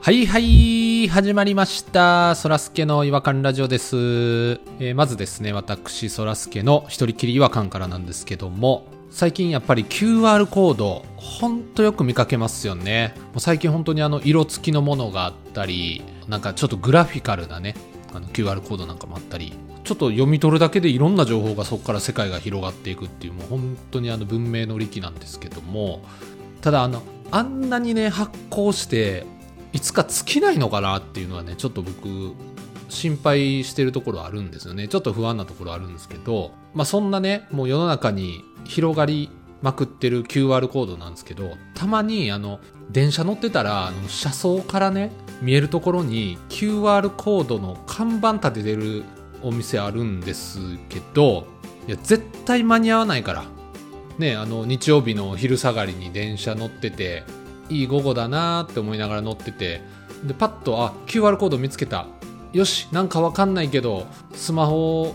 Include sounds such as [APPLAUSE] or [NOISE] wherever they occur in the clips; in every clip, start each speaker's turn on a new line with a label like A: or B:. A: はいはい、始まりました。そらすけの違和感ラジオです。えーまずですね、私、そらすけの一人きり違和感からなんですけども、最近やっぱり QR コード、ほんとよく見かけますよね。もう最近本当にあの、色付きのものがあったり、なんかちょっとグラフィカルなね、あの QR コードなんかもあったり、ちょっと読み取るだけでいろんな情報がそこから世界が広がっていくっていう、もう本当にあの文明の利器なんですけども、ただあのあんなにね発行していつか尽きないのかなっていうのはねちょっと僕心配してるところあるんですよねちょっと不安なところあるんですけど、まあ、そんなねもう世の中に広がりまくってる QR コードなんですけどたまにあの電車乗ってたらあの車窓からね見えるところに QR コードの看板立ててるお店あるんですけどいや絶対間に合わないからね、あの日曜日の昼下がりに電車乗ってていい午後だなーって思いながら乗っててでパッとあ QR コード見つけたよしなんかわかんないけどスマホを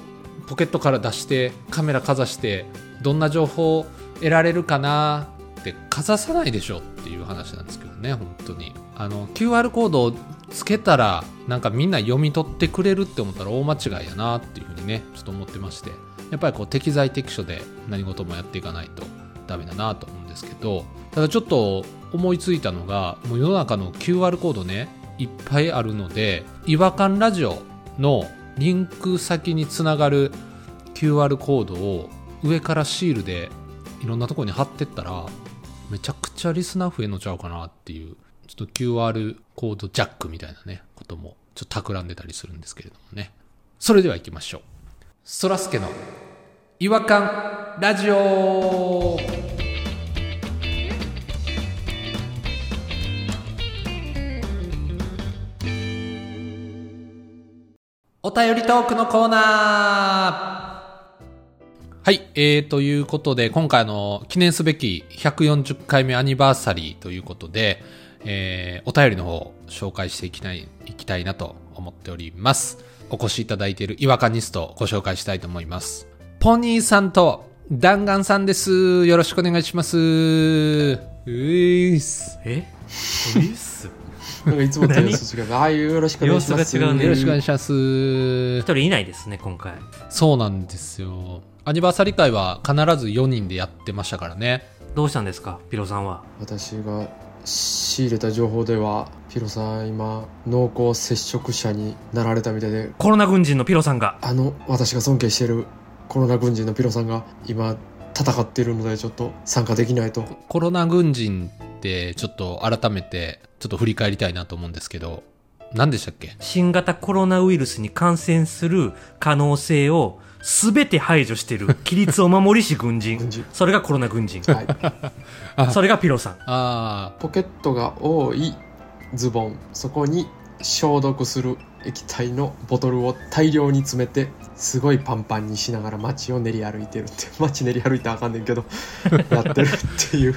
A: ポケットから出してカメラかざしてどんな情報得られるかなーってかざさないでしょっていう話なんですけどね本当にあの QR コードをつけたらなんかみんな読み取ってくれるって思ったら大間違いやなっていうふうにねちょっと思ってましてやっぱりこう適材適所で何事もやっていかないとダメだなと思うんですけどただちょっと思いついたのがもう世の中の QR コードねいっぱいあるので「違和感ラジオ」のリンク先につながる QR コードを上からシールでいろんなところに貼ってったらめちゃくちゃリスナー増えんのちゃうかなっていうちょっと QR コードジャックみたいなねこともちょっと企んでたりするんですけれどもねそれでは行きましょうそらすけの違和感ラジオお便りトークのコーナーはい、えー、ということで、今回あの記念すべき140回目アニバーサリーということで、えーお便りの方紹介していきないいきたいなと思っております。お越しいただいている違和感ニストをご紹介したいと思います。ポニーさんと弾丸さんです。よろしくお願いします。うーいっす。
B: えポリス
C: なんかいつもと様子違う。ああいうよろしくお願いします。
B: 様子が違うね
A: よろしくお願いします
B: 一。人いないですね今回
A: そうなんですよ。アニバーサリー会は必ず4人でやってましたからね。
B: どうしたんですかピロさんは
C: 私が仕入れた情報では、ピロさん今、濃厚接触者になられたみたいで、
B: コロナ軍人のピロさんが
C: あの、私が尊敬してるコロナ軍人のピロさんが今、戦っているのでちょっと参加できないと。
A: コロナ軍人ってちょっと改めてちょっと振り返りたいなと思うんですけど、何でしたっけ
B: 新型コロナウイルスに感染する可能性を全て排除
C: [LAUGHS]
B: してる規律を守りし軍人
C: 軍人
B: それがコロナ軍人
C: はい。
B: それがピロさん
A: あ
C: ポケットが多いズボン、そこに消毒する液体のボトルを大量に詰めて、すごいパンパンにしながら街を練り歩いてるって、 [LAUGHS] 街練り歩いたらあかんね
A: [LAUGHS]
C: んけど、やってるっていう。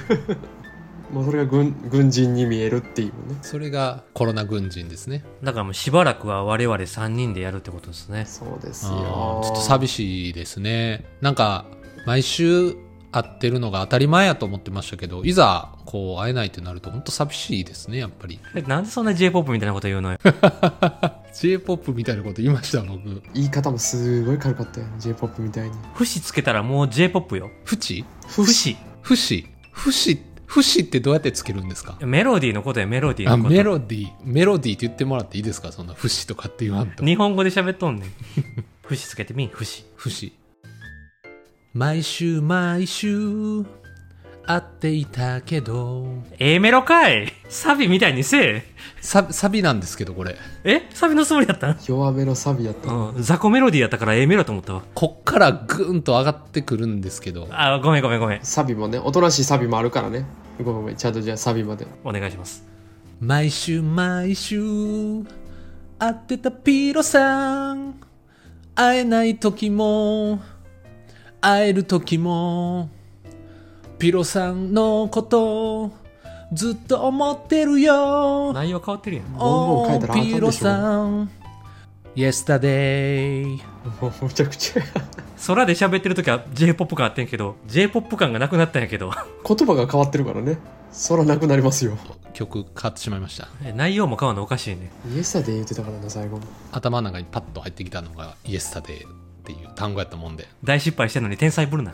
C: まあそれが軍軍人に見えるっていうね。
A: あ、それがコロナ軍人ですね。
B: だからもうしばらくは我々3人でやるってことですね
C: そうです
A: あ
C: よ
A: ー。ちょっと寂しいですね。なんか、毎週会ってるのが当たり前やと思ってましたけど、いざ、こう、会えないってなると、本当寂しいですね、やっぱり。
B: えなんでそんな J-POP みたいなこと言うのよ
A: J-POP みたいなこと言いました、僕。
C: 言い方もすごい軽かったよ、ね、J-POP みたいに。
B: 節つけたらもう J-POP よ
A: 淵
C: 不
B: 節
A: 淵淵淵ってどうやってつけるんですか
B: メロディーのことやメロディ
A: あ
B: ーの
A: メ
B: こ
A: ロディー、メロディーって言ってもらっていいですかそんな節とかって言わんと
B: と。日本語で喋っとんねん節つけてみ節
A: 節。毎週毎週、会っていたけど。
B: ええメロかいサビみたいにせえ
A: ササビなんですけど、これ。
B: えサビのつもりだったん
C: 弱めのサビやった。
B: うん、雑魚メロディーやったからええメロだと思ったわ。
A: こっからぐーんと上がってくるんですけど、
B: あ、ごめんごめんごめん。
C: サビもね、おとなしいサビもあるからね。ごめんごめん、ちゃんとじゃあサビまで。
B: お願いします。
A: 毎週毎週、会ってたピロさん、会えない時も、会える時も、ピロさんのこと、ずっと思ってるよ。
B: 内容変わってるやん。
C: 文言書いたらあかんでしょ
A: ピロさん、Yesterday。
C: もうむちゃくちゃや。
B: 空で喋ってる時は J-POP 感あってんけど、J-POP 感がなくなったんやけど、 [LAUGHS]
C: 言葉が変わってるからねそらなくなりますよ
A: 曲変わってしまいました
B: 内容も変わるのおかしいね。
C: イエスタで言ってたからな最後
A: 頭の中にパッと入ってきたのが「イエスタデー」っていう単語やったもんで
B: 大失敗してんのに天才ぶ [LAUGHS] るな。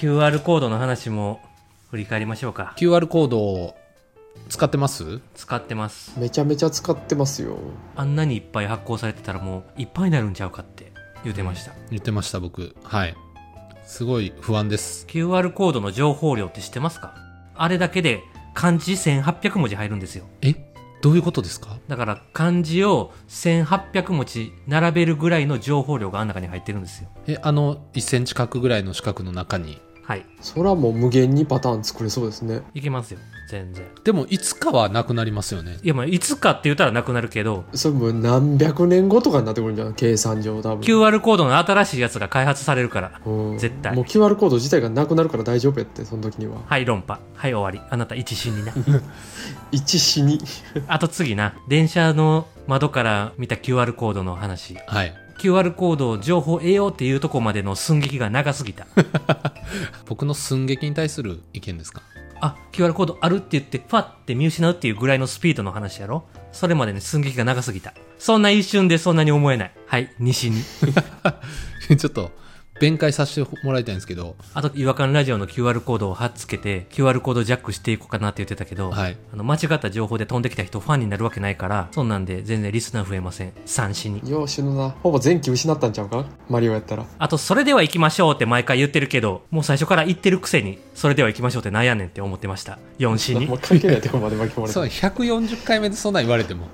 B: QR コードの話も振り返りましょうか。
A: QR コードを使ってます
B: 使ってます。
C: めちゃめちゃ使ってますよ
B: あんなにいっぱい発行されてたらもういっぱいになるんちゃうかって言ってました。
A: 言ってました僕はいすごい不安です
B: QR コードの情報量って知ってますかあれだけで漢字1800文字入るんですよ。
A: えどういうことですか
B: だから漢字を1800文字並べるぐらいの情報量があん中に入ってるんですよ。
A: えあの1センチ角ぐらいの四角の中に
B: はい。
C: そらもう無限にパターン作れそうですね
B: いけますよ。全然。
A: でもいつかはなくなりますよね
B: いや、まあ、いつかって言ったらなくなるけど、
C: それもう何百年後とかになってくるんじゃない計算上多分
B: QR コードの新しいやつが開発されるから。
C: うん
B: 絶対
C: もう QR コード自体がなくなるから大丈夫やってその時には
B: はい、論破。はい、終わり。あなた、一死 [LAUGHS] にな。
C: 一死に
B: あと次な。電車の窓から見た QR コードの話。
A: はい
B: QR コードを情報得ようっていうとこまでの寸劇が長すぎた。
A: 僕の寸劇に対する意見ですか [LAUGHS]
B: あ、QR コードあるって言って、ファって見失うっていうぐらいのスピードの話やろそれまでね、寸劇が長すぎた。そんな一瞬でそんなに思えない。はい、西に。
A: ちょっと弁解させてもらいたいんですけど、
B: あと、違和感ラジオの QR コードを貼っつけて、QR コードジャックしていこうかなって言ってたけど、
A: はい、
B: あの、間違った情報で飛んできた人ファンになるわけないから、そんなんで全然リスナー増えません。三死に。
C: [LAUGHS] よう死ぬなほぼ前期失ったんちゃうかマリオやったら
B: あと、それでは行きましょうって毎回言ってるけど、もう最初から言ってるくせに、それでは行きましょうってなんやねんって思ってました。4死に
C: もう。関係ないとこまで巻き込まれ
A: そう
C: た
A: 140回目でそんなん言われても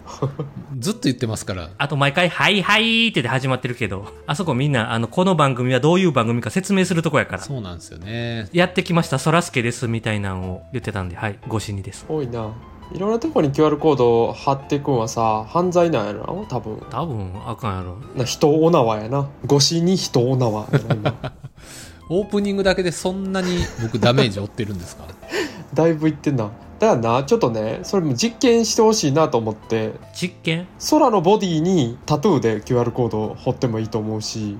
A: ずっと言ってますから
B: あと毎回、はいはいってで始まってるけど、あそこみんな、あの、この番組はどういう番組か説明するとこやから。
A: そうなんですよね
B: やってきました、そらすけです、みたいなのを言ってたんで、はい、ご死にです。
C: 多いないろんなとこに QR コードを貼っていくんはさ犯罪なんやろ多分
B: 多分、あかんやろ。
C: な人お縄やな越しに人お縄やな今
A: オープニングだけでそんなに僕ダメージ負ってるんですか
C: だいぶいってんなだからなちょっとねそれも実験してほしいなと思って
B: 実験
C: 空のボディにタトゥーで QR コードを彫ってもいいと思うし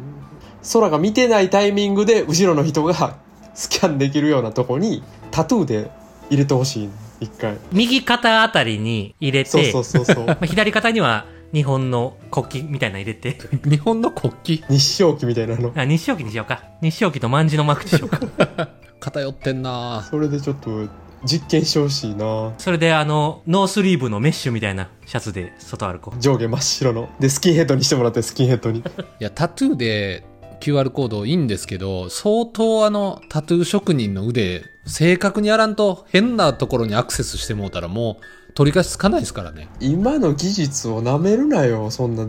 C: 空が見てないタイミングで後ろの人が [LAUGHS] スキャンできるようなとこにタトゥーで入れてほしい一回
B: 右肩あたりに入れて、
C: そうそうそうそう
B: まあ、左肩には日本の国旗みたいなの入れ
C: [LAUGHS]
B: て、
A: [LAUGHS] 日本の国旗
C: [LAUGHS] 日照記みたいなの
B: あ、日照記にしようか。日照記と万字のマークにしよう
C: [LAUGHS]
B: か。
A: 偏ってんなぁ
C: それでちょっと実験してほしいな
B: それで、あの、ノースリーブのメッシュみたいなシャツで外歩こう。
C: 上下真っ白のでスキンヘッドにしてもらってスキンヘッドに
A: いやタトゥーで QR コードいいんですけど相当あのタトゥー職人の腕正確にやらんと変なところにアクセスしてもうたらもう取り返しつかないですからね
C: 今の技術をなめるなよそんな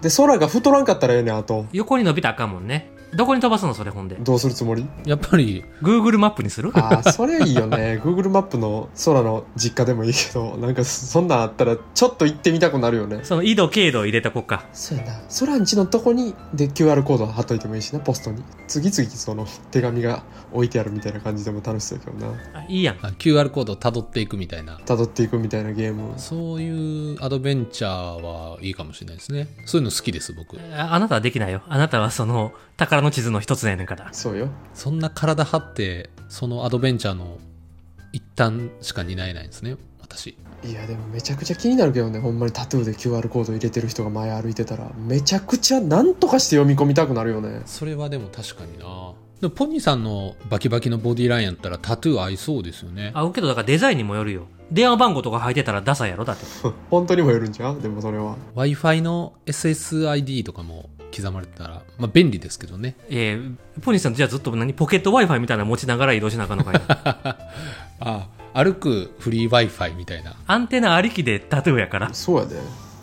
C: で空が太らんかったらええねんあと
B: 横に伸びたらあかんもんね。どこに飛ばすのそれほんで。
C: どうするつもり
A: やっぱり
B: Google マップにする
C: ああ、それいいよね。Google [LAUGHS] マップの空の実家でもいいけど、なんかそんなんあったらちょっと行ってみたくなるよね。
B: その緯度経度を入れとこうか。
C: そうやな。空んちのとこに、で、QR コード貼っといてもいいしな、ポストに。次々その手紙が置いてあるみたいな感じでも楽しそうやけどな。
B: あいいやん。
A: あ QR コードを辿っていくみたいな
C: 辿っていくみたいなゲーム。
A: そういうアドベンチャーはいいかもしれないですねそういうの好きです僕
B: ああなたはできないよ。あなたはその宝の地図の一つやねんから。
C: そうよ。
A: そんな体張ってそのアドベンチャーの一端しか担えないんですね私
C: いや、でもめちゃくちゃ気になるけどね、ほんまにタトゥーで QR コード入れてる人が前歩いてたら、めちゃくちゃなんとかして読み込みたくなるよ [LAUGHS] ね。
A: それはでも確かになでもポニーさんのバキバキのボディラインやったらタトゥー合いそうですよね
B: あ、うけどだからデザインにもよるよ。電話番号とか入ってたらダサいやろだって。
C: 本当にもよるんじゃんでもそれは。
A: w i f i の SSID とかも刻まれてたら、まあ、便利ですけどね
B: えー、ポニーさんじゃあずっと何ポケット Wi-Fi みたいなの持ちながら移動しなあかんのかい
C: [LAUGHS]
B: な。
A: あ歩くフリー w i f i みたいな
B: アンテナありきでタトゥーやから。
C: そうやで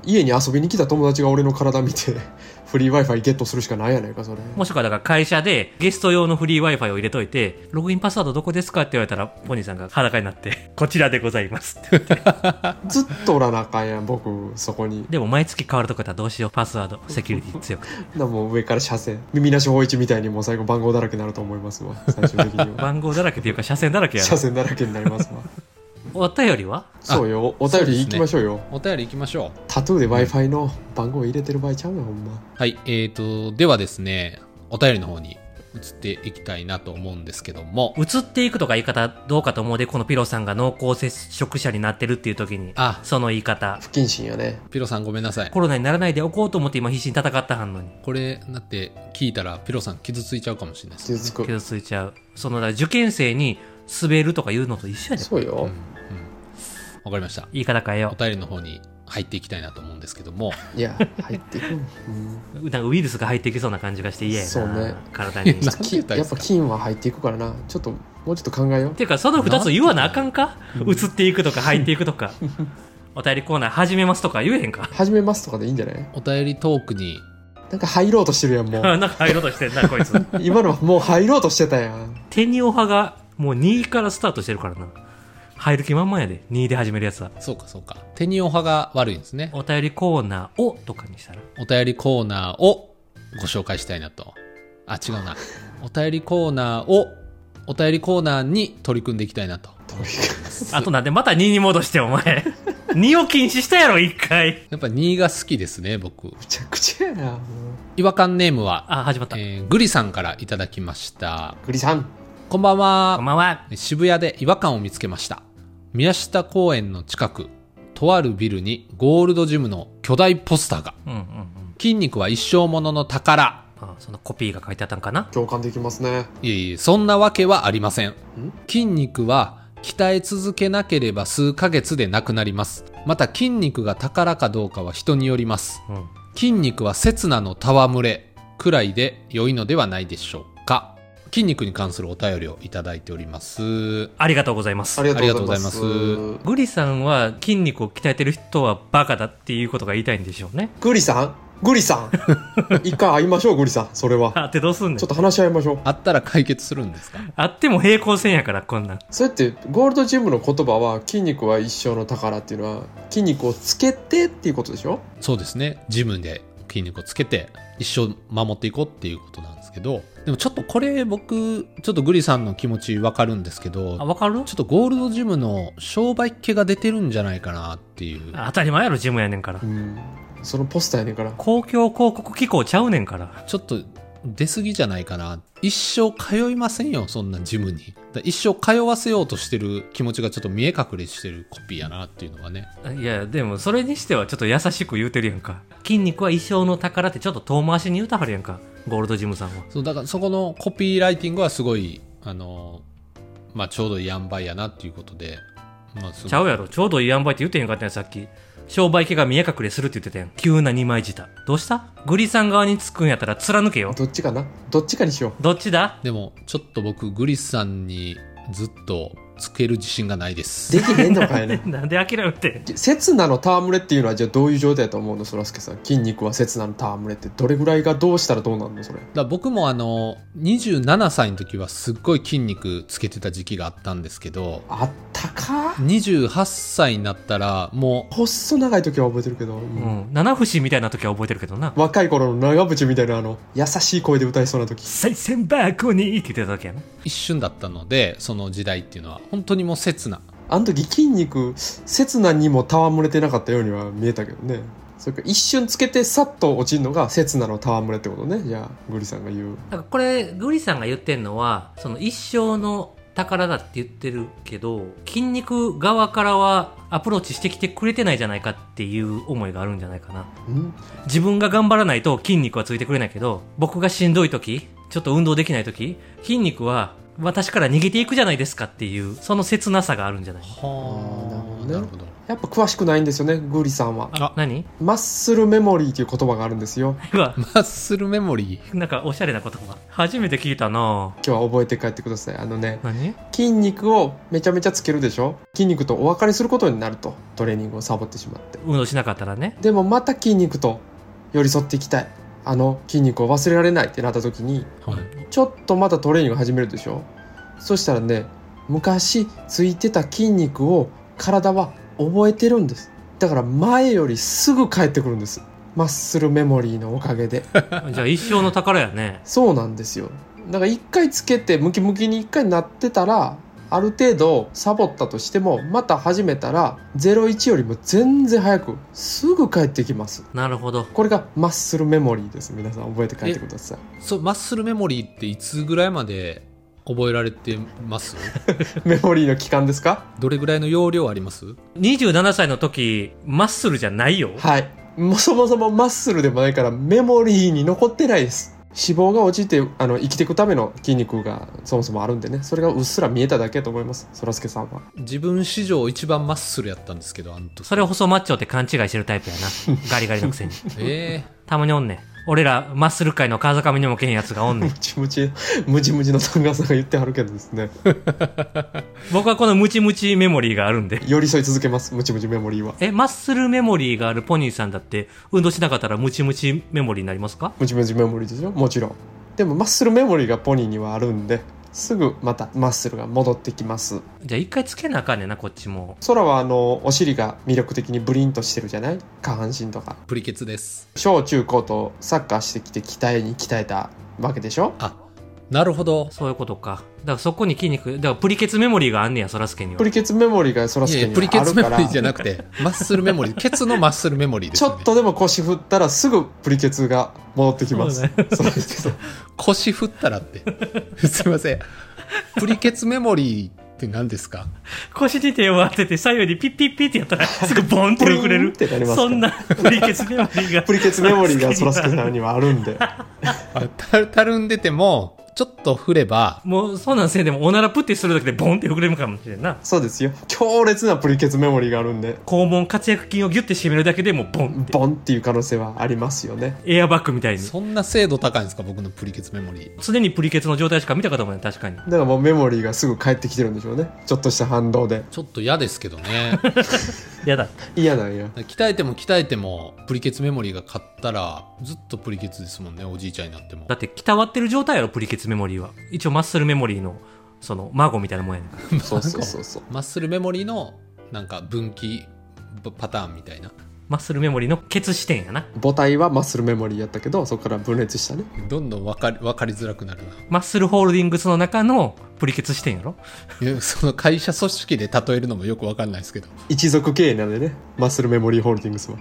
C: 家に遊びに来た友達が俺の体見て [LAUGHS] フリー Wi-Fi ゲットするしかないやないかそれ
B: もしくはだから会社でゲスト用のフリー Wi-Fi を入れといて、ログインパスワードどこですかって言われたら、ポニーさんが裸になって、 [LAUGHS] こちらでございます [LAUGHS] って。
C: ずっとおらなあかんやん僕そこに
B: でも毎月変わるとこやったらどうしよう。パスワード、セキュリティ強く。
C: なもう上から車線耳なし法一みたいにもう最後番号だらけになると思いますわ最終
A: [LAUGHS]
C: 的には
B: 番号だらけっていうか、車線だらけや
C: 車
B: ろ。
C: 線だらけになりますわ
B: お便りは
C: そう
A: [LAUGHS]
C: よお便り行きましょうよ
A: お便り行きましょう
C: タトゥーで Wi-Fi の番号入れてる場合ちゃうよほんま
A: はい、えーと、ではですね、お便りの方に移っていきたいなと思うんですけども。
B: 移っていくとか言い方どうかと思うで、このピロさんが濃厚接触者になってるっていう時に、
A: あ
B: その言い方。
C: 不謹慎やね
A: ピロさんごめんなさい。
B: コロナにならないでおこうと思って今必死に戦ったはんのに。
A: これ、だって聞いたらピロさん傷ついちゃうかもしれないです。
C: 傷つく
B: 傷ついちゃう。その、だから受験生に滑るとか言うのと一緒やで。
C: そう
A: うん。う
C: よ
A: ん。わかりました。
B: 言い方変え
A: お
B: よ
A: 便りの方に入っていきたいなと思うんですけども。
C: いや入って
A: [LAUGHS]
C: いくん、うん
B: う。なんかウイルスが入ってきそうな感じがして嫌やな。
C: そうね
B: 体に。
A: な
B: っ
A: んて言ったらいいで
C: やっ
A: す
C: ぱ
A: か
C: 金は入っていくからなちょっともうちょっと考えよう
B: ていうか、その二つ言わなあかんか移っていくとか入っていくとか。お便りコーナー始めますとか言えへんか。 [LAUGHS]
C: 始めますとかでいいんじゃない
A: お便りトークに、
C: なんか入ろうとしてるやんもう
B: なんか入ろうとしてんな、こいつ。
C: 今のはもう入ろうとしてたやん
B: テニオ派がもう2位からスタートしてるからな。入る気満々やで。2位で始めるやつは。
A: そうかそうか。手にお派が悪いんですね。
B: お便りコーナーをとかにしたら。
A: お便りコーナーをご紹介したいなと。あ、違うな。お便りコーナーを、お便りコーナーに取り組んでいきたいなと。
C: とにか
B: [LAUGHS] あとなんでまた2に戻して、お [LAUGHS] 前。2を禁止したやろ、1回。
A: やっぱ2が好きですね、僕。
C: くむちゃくちゃやなもう
A: 違和感ネームは、
B: あ、始まった。
A: えー、グリさんからいただきました。
C: グリさん
A: こんばん
B: こん
A: は。
B: ばんは。
A: 渋谷で違和感を見つけました。宮下公園の近く、とあるビルにゴールドジムの巨大ポスターが。
B: うんうんうん。
A: 筋肉は一生ものの宝。
B: あそのコピーが書いてあったんかな。
C: 共感できますね
A: いえいえ、そんなわけはありません。筋肉は鍛え続けなければ数ヶ月でなくなります。また筋肉が宝かどうかは人によります。
B: うん。
A: 筋肉は刹那の戯れくらいで良いのではないでしょうか。筋肉に関するお便りをいただいております。
B: ありがとうございます
C: あ。りがとうございま
A: あ
C: す
A: りがとうござ
B: グリさんは筋肉を鍛えてる人はバカだっていうことが言いたいんでしょうね。
C: グリさんグリさん一回会いましょうグリさんそれは
B: [LAUGHS] あってどうすんねん
C: ちょっ。と話し合いましょう
A: あったら解決するんですか
B: あっても平行線やから、こんなん。
C: それってゴールドジムの言葉は筋肉は一生の宝っていうのは筋肉をつけてっていうことでしょ
A: そうですね。ジムで筋肉をつけて一生守っていこうっていうことなんですけど、でもちょっとこれ僕、ちょっとグリさんの気持ちわかるんですけど
B: あ、、わかる
A: ちょっとゴールドジムの商売っ気が出てるんじゃないかなっていう。
B: 当たり前やろ、ジムやねんから
C: う。んそのポスターやねんから
B: 公共広告機構ちゃうねんから。
A: ちょっと出過ぎじゃないかな。一生通いませんよ、そんなジムに。だ一生通わせようとしてる気持ちがちょっと見え隠れしてるコピーやなっていうのはね。
B: いや、でもそれにしてはちょっと優しく言うてるやんか。筋肉は一生の宝ってちょっと遠回しに言うたはるやんか。ゴールドジムさんは。
A: そう、だからそこのコピーライティングはすごい、あの、まあ、ちょうどいい塩梅やなっていうことで、まあ、すごい
B: ちゃうやろ。ちょうどいい塩梅って言ってへんかったやん、さっき。商売家が見え隠れするって言ってたやん。急な二枚舌。どうしたグリさん側につくんやったら貫けよ。
C: どっちかなどっちかにしよ
B: どっちだ
A: でも、ちょっと僕、グリスさんにずっとつける自信がないで
C: う
A: す。
C: できへんのかいな
B: [LAUGHS] なんで諦めてん
C: 刹那の戯れっていうのはじゃあどういう状態だと思うのそらすけさん筋肉は刹那の戯れってどれぐらいがどうしたらどうなんのそれ
A: だから僕もあの、27歳の時はすっごい筋肉つけてた時期があったんですけど、
C: あったか
A: 28歳になったら、も
C: 細長い時は覚えてるけど、うん
B: うん。七節みたいな時は覚えてるけどな。
C: 若い頃の長渕みたいなあの優しい声で歌いそうな時
B: 再銭箱にって言ってた時やな。
A: う一瞬だったので、その時代っていうのは、本当にもう刹那。
C: あの時筋肉刹那にも戯れてなかったようには見えたけどねそれか一瞬つけてさっと落ちるのが刹那の戯れってことねじゃあグリさんが言う
B: だからこれグリさんが言ってんのはその一生の宝だって言ってるけど筋肉側からはアプローチしてきてくれてないじゃないかっていう思いがあるんじゃないかなん自分が頑張らないと筋肉はついてくれないけど僕がしんどい時ちょっと運動できない時筋肉は私から逃げていくじゃないですかっていうその切なさがあるんじゃない
A: は
C: あー
A: な
C: な
A: る
C: る
A: ほ
C: ほ
A: ど。
C: やっぱ詳しくないんですよねグリさんは
B: あ
A: あ
B: 何
C: マッスルメモリーという言葉があるんですよ
B: うわ
A: マッスルメモリー。
B: なんかおしゃれな言葉初めて聞いたな
C: 今日は覚えて帰ってくださいあのね
B: 何
C: 筋肉をめちゃめちゃつけるでしょ筋肉とお別れすることになるとトレーニングをサボってしまって
B: 運動しなかったらね
C: でもまた筋肉と寄り添っていきたいあの筋肉を忘れられないってなった時に
A: はい。
C: ちょっとまたトレーニング始めるでしょそしたらね昔ついてた筋肉を体は覚えてるんですだから前よりすぐ帰ってくるんですマッスルメモリーのおかげで
B: じゃあ一生の宝やね
C: そうなんですよだから一回つけてムキムキに一回なってたらある程度サボったとしてもまた始めたら01よりも全然早くすぐ帰ってきます
B: なるほど
C: これがマッスルメモリーです皆さん覚えて帰ってください
A: そうマッスルメモリーっていつぐらいまで覚えられてます
C: メモリーの期間ですか
A: どれぐらいの容量あります
B: 27歳の時マッスルじゃないよ
C: はいもうそもそもマッスルでもないからメモリーに残ってないです脂肪が落ちてあの生きていくための筋肉がそもそもあるんでねそれがうっすら見えただけだと思いますそらすけさんは
A: 自分史上一番マッスルやったんですけどあの時
B: それを細マッチョって勘違いしてるタイプや [LAUGHS] なガリガリのくせに
A: え
B: たまにおんねん俺らマッスル界の川上にもけへんやつがおんねん [LAUGHS]
C: ムチムチムチムチのサンガさんが言ってはるけどですね
B: 僕はこのムチムチメモリーがあるんで
C: 寄り添い続けますムチムチメモリーは
B: えマッスルメモリーがあるポニーさんだって運動しなかったらムチムチメモリーになりますか
C: ムチムチメモリーですよもちろんでもマッスルメモリーがポニーにはあるんですぐまたマッスルが戻ってきます
B: じゃあ一回つけなあかんねんなこっちも
C: 空はあのお尻が魅力的にブリンとしてるじゃない下半身とか
A: ー、プリケツです
C: 小中高とサッカーしてきて鍛えに鍛えたわけでしょ
A: あなるほど
B: そういうことかだからそこに筋肉だからプリケツメモリーがあんねやそらすけには
C: プリケツメモリーがそら
A: い
C: すけ
A: や
C: に
A: プリ
C: は
A: ケ
C: あ
A: ツ
C: る
A: メ
C: か
A: モ
C: ら
A: リーじゃなくてマッスルメモリーケツのマッスルメモリーで
C: ち
A: す、ね、
C: ょっとでも腰振ったらすぐプリケツが戻ってきます
B: そうね
C: そらすけさん
A: 腰振ったらって [LAUGHS] すいませんプリケツメモリーって何ですか
B: 腰に手を当てて左右にピッピッピッってやったらすぐボンって膨れ
C: プリン
B: [LAUGHS] る
C: ってなりますか
B: そ
C: ら
B: んなプリケツメモリーが
C: プリケツメモリーがそらすけさんにはある
A: [LAUGHS]
C: んで
A: あたたるんでてもちょっと振れば
B: もうそんなんせんでもおならプッてするだけでボンって膨れるかもしれんな
C: そうですよ強烈なプリケツメモリーがあるんで
B: 肛門活躍筋をギュッて締めるだけでもうボンって
C: ボンっていう可能性はありますよね
B: エアバッグみたいに
A: そんな精度高いんですか僕のプリケツメモリー
B: 常にプリケツの状態しか見たこともない確かに
C: だからもうメモリーがすぐ返ってきてるんでしょうねちょっとした反動で
A: ちょっと嫌ですけどね [LAUGHS]
B: やだ
C: 嫌なんや
A: 鍛えても鍛えてもプリケツメモリーが買ったらずっとプリケツですもんねおじいちゃんになっても
B: だってきたわってる状態やろプリケツメモリーは一応マッスルメモリーのその孫みたいなもんやねんから
C: そうそうそうそう
A: マッスルメモリーのなんか分岐パターンみたいな
B: マッスルメモリーのケツ視点やな
C: 母体はマッスルメモリーやったけどそこから分裂したね
A: どんどん分かり分かりづらくなるな
B: マッスルホールディングスの中のプリケツ視点やろ
A: いやその会社組織で例えるのもよく分かんないですけど
C: 一族経営なんでねマッスルメモリーホールディングスは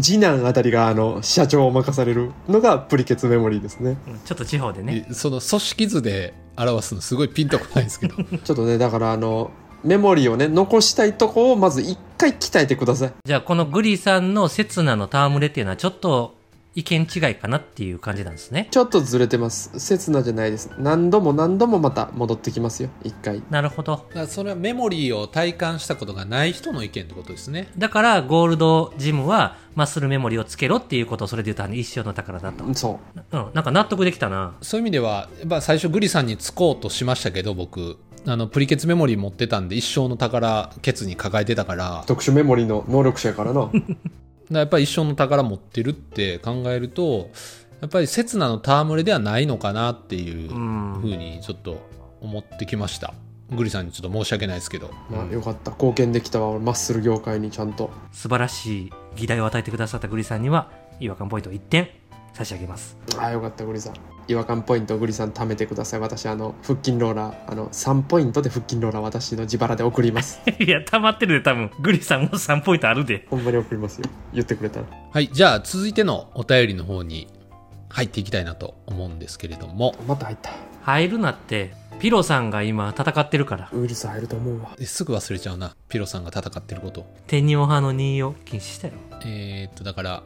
C: 次男あたりがあの社長を任されるのがプリケツメモリーですね
B: うんちょっと地方でね
A: えその組織図で表すのすごいピンとこないですけど
C: ちょっとねだからあのメモリーをね残したいとこをまず一回鍛えてください
B: じゃあこのグリさんの刹那の戯れっていうのはちょっと意見違いかなっていう感じなんですね。
C: ちょっとずれてます刹那じゃないです何度も何度もまた戻ってきますよ一回
B: なるほど。
A: だからそれはメモリーを体感したことがない人の意見ってことですね
B: だからゴールドジムはマッスルメモリーをつけろっていうことをそれで言ったら一生の宝だと。
C: そ
B: うん、なんか納得できたな。
A: そういう意味では、まあ、最初グリさんにつこうとしましたけど僕あのプリケツメモリー持ってたんで一生の宝ケツに抱えてたから
C: う特殊メモリーの能力者やからな
A: だからやっぱり一生の宝持ってるって考えるとやっぱり刹那の戯れではないのかなっていうふ
B: うん。
A: うにちょっと思ってきました、グリさんにちょっと申し訳ないですけど、
C: まあよかった貢献できたわ俺マッスル業界にちゃんと
B: 素晴らしい議題を与えてくださったグリさんには違和感ポイント1点差し上げます。 [LAUGHS]
C: あーよかったグリさん違和感ポイントグリさん貯めてください私あの腹筋ローラーあの3ポイントで腹筋ローラー私の自腹で送ります [LAUGHS]
B: いや、溜まってるで多分。グリさんも3ポイントあるで。
C: ほんまに送りますよ言ってくれたら
A: はいじゃあ続いてのお便りの方に入っていきたいなと思うんですけれども
C: また入った
B: 入るなって、ピロさんが今戦ってるから。
C: ウイルス入ると思うわ
A: えすぐ忘れちゃうなピロさんが戦ってること
B: 天ニオ派の任意を禁止したよ。
A: えー、っとだから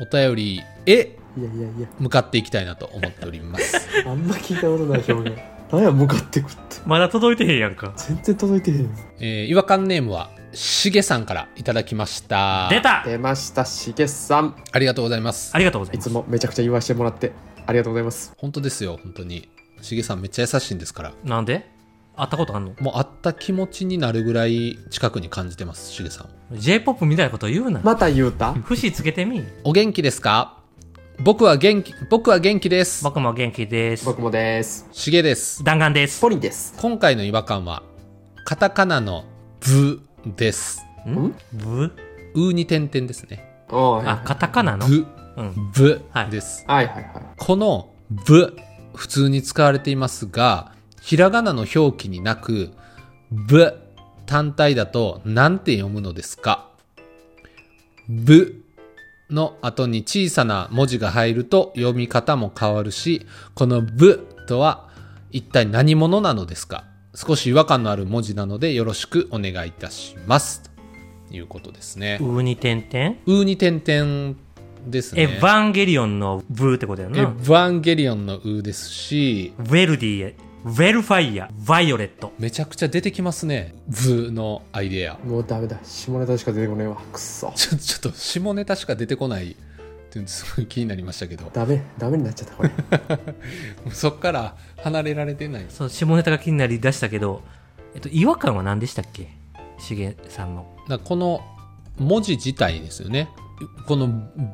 A: お便りへ
C: いやいやいや
A: 向かっていきたいなと思っております
C: [LAUGHS] あんま聞いたことない表現何や向かってくって
B: まだ届いてへんやんか。
C: 全然届いてへんよ
A: えー、違和感ネームはしげさんからいただきました
B: 出た
C: 出ましたしげさん
A: ありがとうございます
B: ありがとうござい
C: い
B: ま
C: つ
B: す。
C: もめちゃくちゃ言わしてもらってありがとうございます
A: 本当ですよ本当にしげさんめっちゃ優しいんですから
B: なんで会ったことあんの
A: もう会った気持ちになるぐらい近くに感じてますしげさんを
B: ?J-POP みたいなこと言うな。
C: また言うた
B: 節つけてみ。
A: お元気ですか僕は元気僕は元気です
B: 僕も元気です。
C: 僕もです
A: しげです
B: 弾丸です。
C: ポリンです
A: 今回の違和感はカタカナのブです
B: んぶ
A: うに点々ですね
C: おーはい
B: あ、カタカナの
A: ブ
B: うん。
A: ブ
B: はい
A: です、
C: はいはいはい
A: このブ普通に使われていますがひらがなの表記になくぶ単体だと何て読むのですかぶの後に小さな文字が入ると読み方も変わるし、このぶとは一体何者なのですか少し違和感のある文字なのでよろしくお願いいたします。ということですね。
B: ウーニ点々
A: うーに点々ですね。
B: エヴァンゲリオンのブーってことやん
A: エ
B: な
A: ヴ。ァンゲリオンのうーですし、
B: ウェルディエ、ウェルファイア、バイオレット。
A: めちゃくちゃ出てきますね。図のアイデア。
C: もうダメだ下ネタしか出てこねえわくっそ
A: ちょちょっと下ネタしか出てこないっていうのすごい気になりましたけど、
C: ダメダメになっちゃったこれ
A: そっから離れられてないです。
B: その下ネタが気になり出したけど、えっと、違和感は何でしたっけしげさんの。
A: だからこの文字自体ですよね。この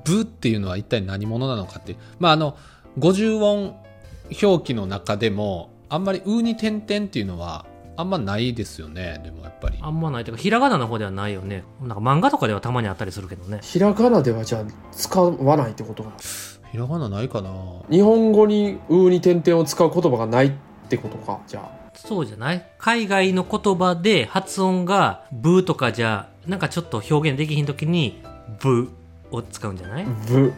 A: 部っていうのは一体何者なのかっていう。まああの、50音表記の中でも、あんまりうに点々っていうのはあんまないですよね。でもやっぱり。
B: あんまないというか、ひらがなの方ではないよね。なんか漫画とかではたまにあったりするけどね。
C: ひらがなではじゃあ使わないってことか
A: ひらがなないかな
C: 日本語に「う」に点々を使う言葉がないってことかじゃあ
B: そうじゃない海外の言葉で発音がブーとかじゃ、なんかちょっと表現できひんときに、ブーを使うんじゃない、
C: 「ぶ」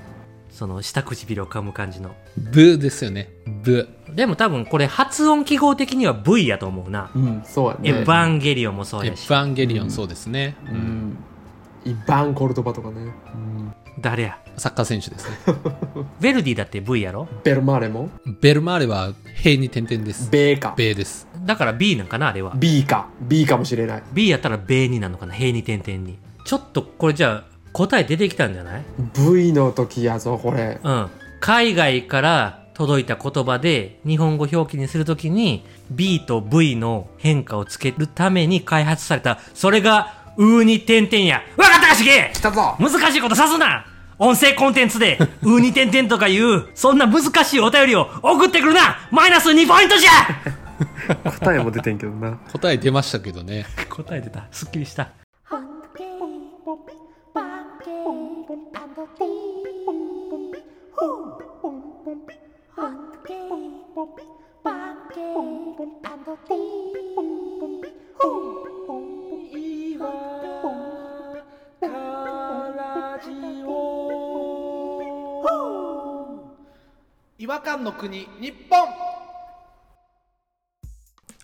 B: その下唇を噛む感じの。
A: 部ですよね。部。
B: でも多分これ発音記号的には V やと思うな。
C: うんそうやね
B: エヴァンゲリオンもそう
A: エ
B: や
A: ヴ
B: し。
A: ァンゲリオ
C: う
A: ン
C: ん
A: そうですね。う
C: うんんイバンコルドバとかね、
B: 誰や
A: サッカー選手ですね。
B: ヴェルディだって V やろ
C: ベルマーレも
A: ベルマーレは塀に点々です。
C: ベーか
A: 米です。
B: だから B なんかなあれは。
C: B か B かもしれない
B: B やったら米になるのかな平に点々に。ちょっとこれじゃあ答え出てきたんじゃない
C: V の時やぞこれ
B: うん。海外から届いた言葉で日本語表記にするときに B と V の変化をつけるために開発された、それがウーに点々や。わかったしげ
C: 来たぞ
B: 難しいことさすな音声コンテンツ [LAUGHS] で、うに点々とかいう、そんな難しいお便りを送ってくるなマイナス2ポイントじゃ
C: 答えも出てんけどな
A: 答え出ましたけどね。
B: [LAUGHS] 答えてた。すっきりした。
D: Hunky,
E: 違和感の国日本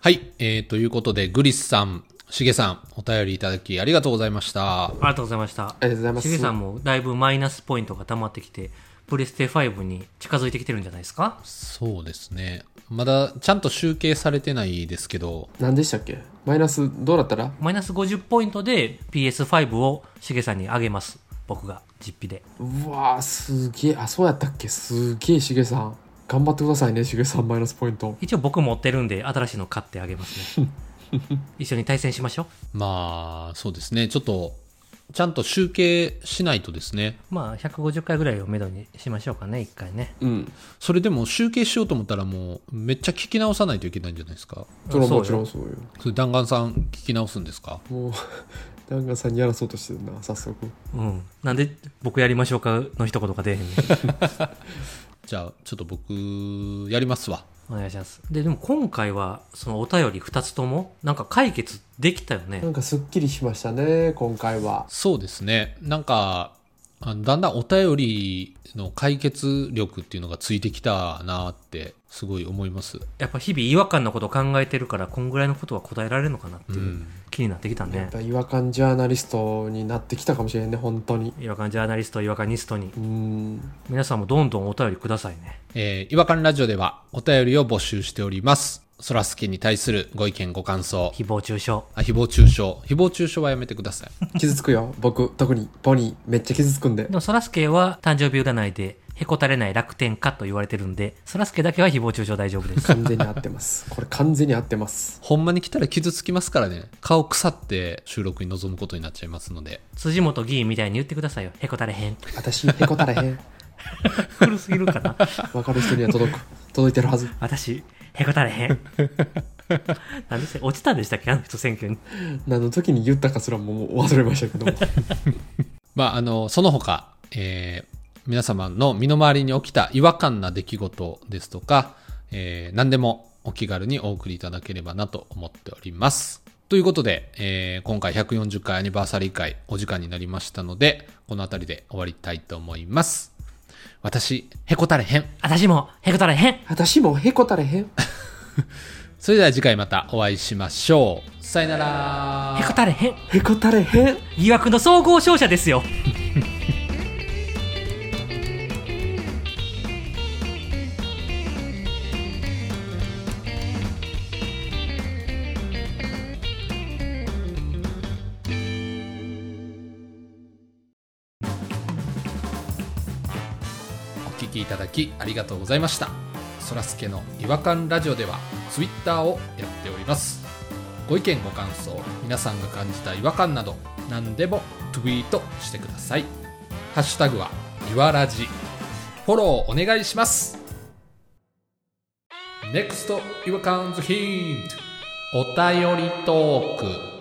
A: はい。えー、ということで、グリスさん、シゲさん、お便りいただきありがとうございました。
B: ありがとうございました。
C: ありがとうございます
B: しげさんもだいぶマイナスポイントが溜まってきて、プレステ5に近づいてきてるんじゃないですか
A: そうですね。まだ、ちゃんと集計されてないですけど、
C: 何でしたっけマイナスどうだったら
B: マイナス50ポイントで PS5 をしげさんにあげます。僕が、実費で。
C: うわーすげえあそうやったっけすげえしげさん頑張ってくださいねしげさんマイナスポイント
B: 一応僕持ってるんで、新しいの買ってあげます
C: [LAUGHS]
B: ね。一緒に対戦しましょう。
A: まあ、そうですね。ちょっと、ちゃんと集計しないとですね。
B: まあ、150回ぐらいをめどにしましょうかね、一回ね。
C: うん
A: それでも集計しようと思ったらもう、めっちゃ聞き直さないといけないんじゃないですか。
C: それは
B: そうよ
C: もちろんそうよ
A: それ弾丸さん聞き直すんですか
C: もう弾丸さんにやらそうとしてるな早速
B: うん。なんで、僕やりましょうかの一言が出えへんねん [LAUGHS]
A: じゃあ、ちょっと僕、やりますわ。
B: お願いします。で、でも今回は、そのお便り二つとも、なんか解決できたよね
C: な。んかすっきりしましたね今回は
A: そうですね。なんか、あのだんだんお便りの解決力っていうのがついてきたなって、すごい思います。
B: やっぱ日々違和感のことを考えてるから、こんぐらいのことは答えられるのかなっていううん気になってきた
C: や
B: ね
C: っ。ぱ違和感ジャーナリストになってきたかもしれんね本当に
B: 違和感ジャーナリスト、違和感ニストに
C: う。ん
B: 皆さんもどんどんお便りくださいね。
A: えー、違和感ラジオではお便りを募集しております。そらすけに対するご意見ご感想。
B: 誹謗中傷。
A: あ、誹謗中傷。誹謗中傷はやめてください。
C: 傷つくよ [LAUGHS] 僕特にポニーめっちゃ傷つくんで
B: でも、そらすけは誕生日占いで、へこたれない楽天家と言われてるんで、そらすけだけは誹謗中傷大丈夫 [LAUGHS] です。
C: 完全に合ってます [LAUGHS] これ完全に合ってます
A: ほんまに来たら傷つきますからね。顔腐って収録に臨むことになっちゃいますので。
B: 辻元議員みたいに言ってくださいよ。へこたれへん。
C: 私へこたれへん
B: [LAUGHS] 古すぎるかな。
C: 分かる人には届く届いてるはず
B: 私、へこたれへん。 [LAUGHS] 何でした落ちたんでしたっけあの人選挙に。
C: 何の時に言ったかすらもう忘れましたけども
A: まあ、あの、その他、えー皆様の身の回りに起きた違和感な出来事ですとか、えー何でもお気軽にお送りいただければなと思っております。ということで、えー今回140回アニバーサリー会お時間になりましたので、この辺りで終わりたいと思います。私、へこたれへん。
B: 私もへこたれへん
C: 私もへこたれへん
A: それでは次回またお会いしましょう。さよなら
B: へこたれへん
C: へこたれへん
B: 疑惑の総合勝者ですよ
A: お聞きいただきありがとうございましたそらすけの違和感ラジオではツイッターをやっておりますご意見ご感想皆さんが感じた違和感など何でもツイートしてくださいハッシュタグはいわらじフォローお願いします NEXT 違和感ズヒントお便りトーク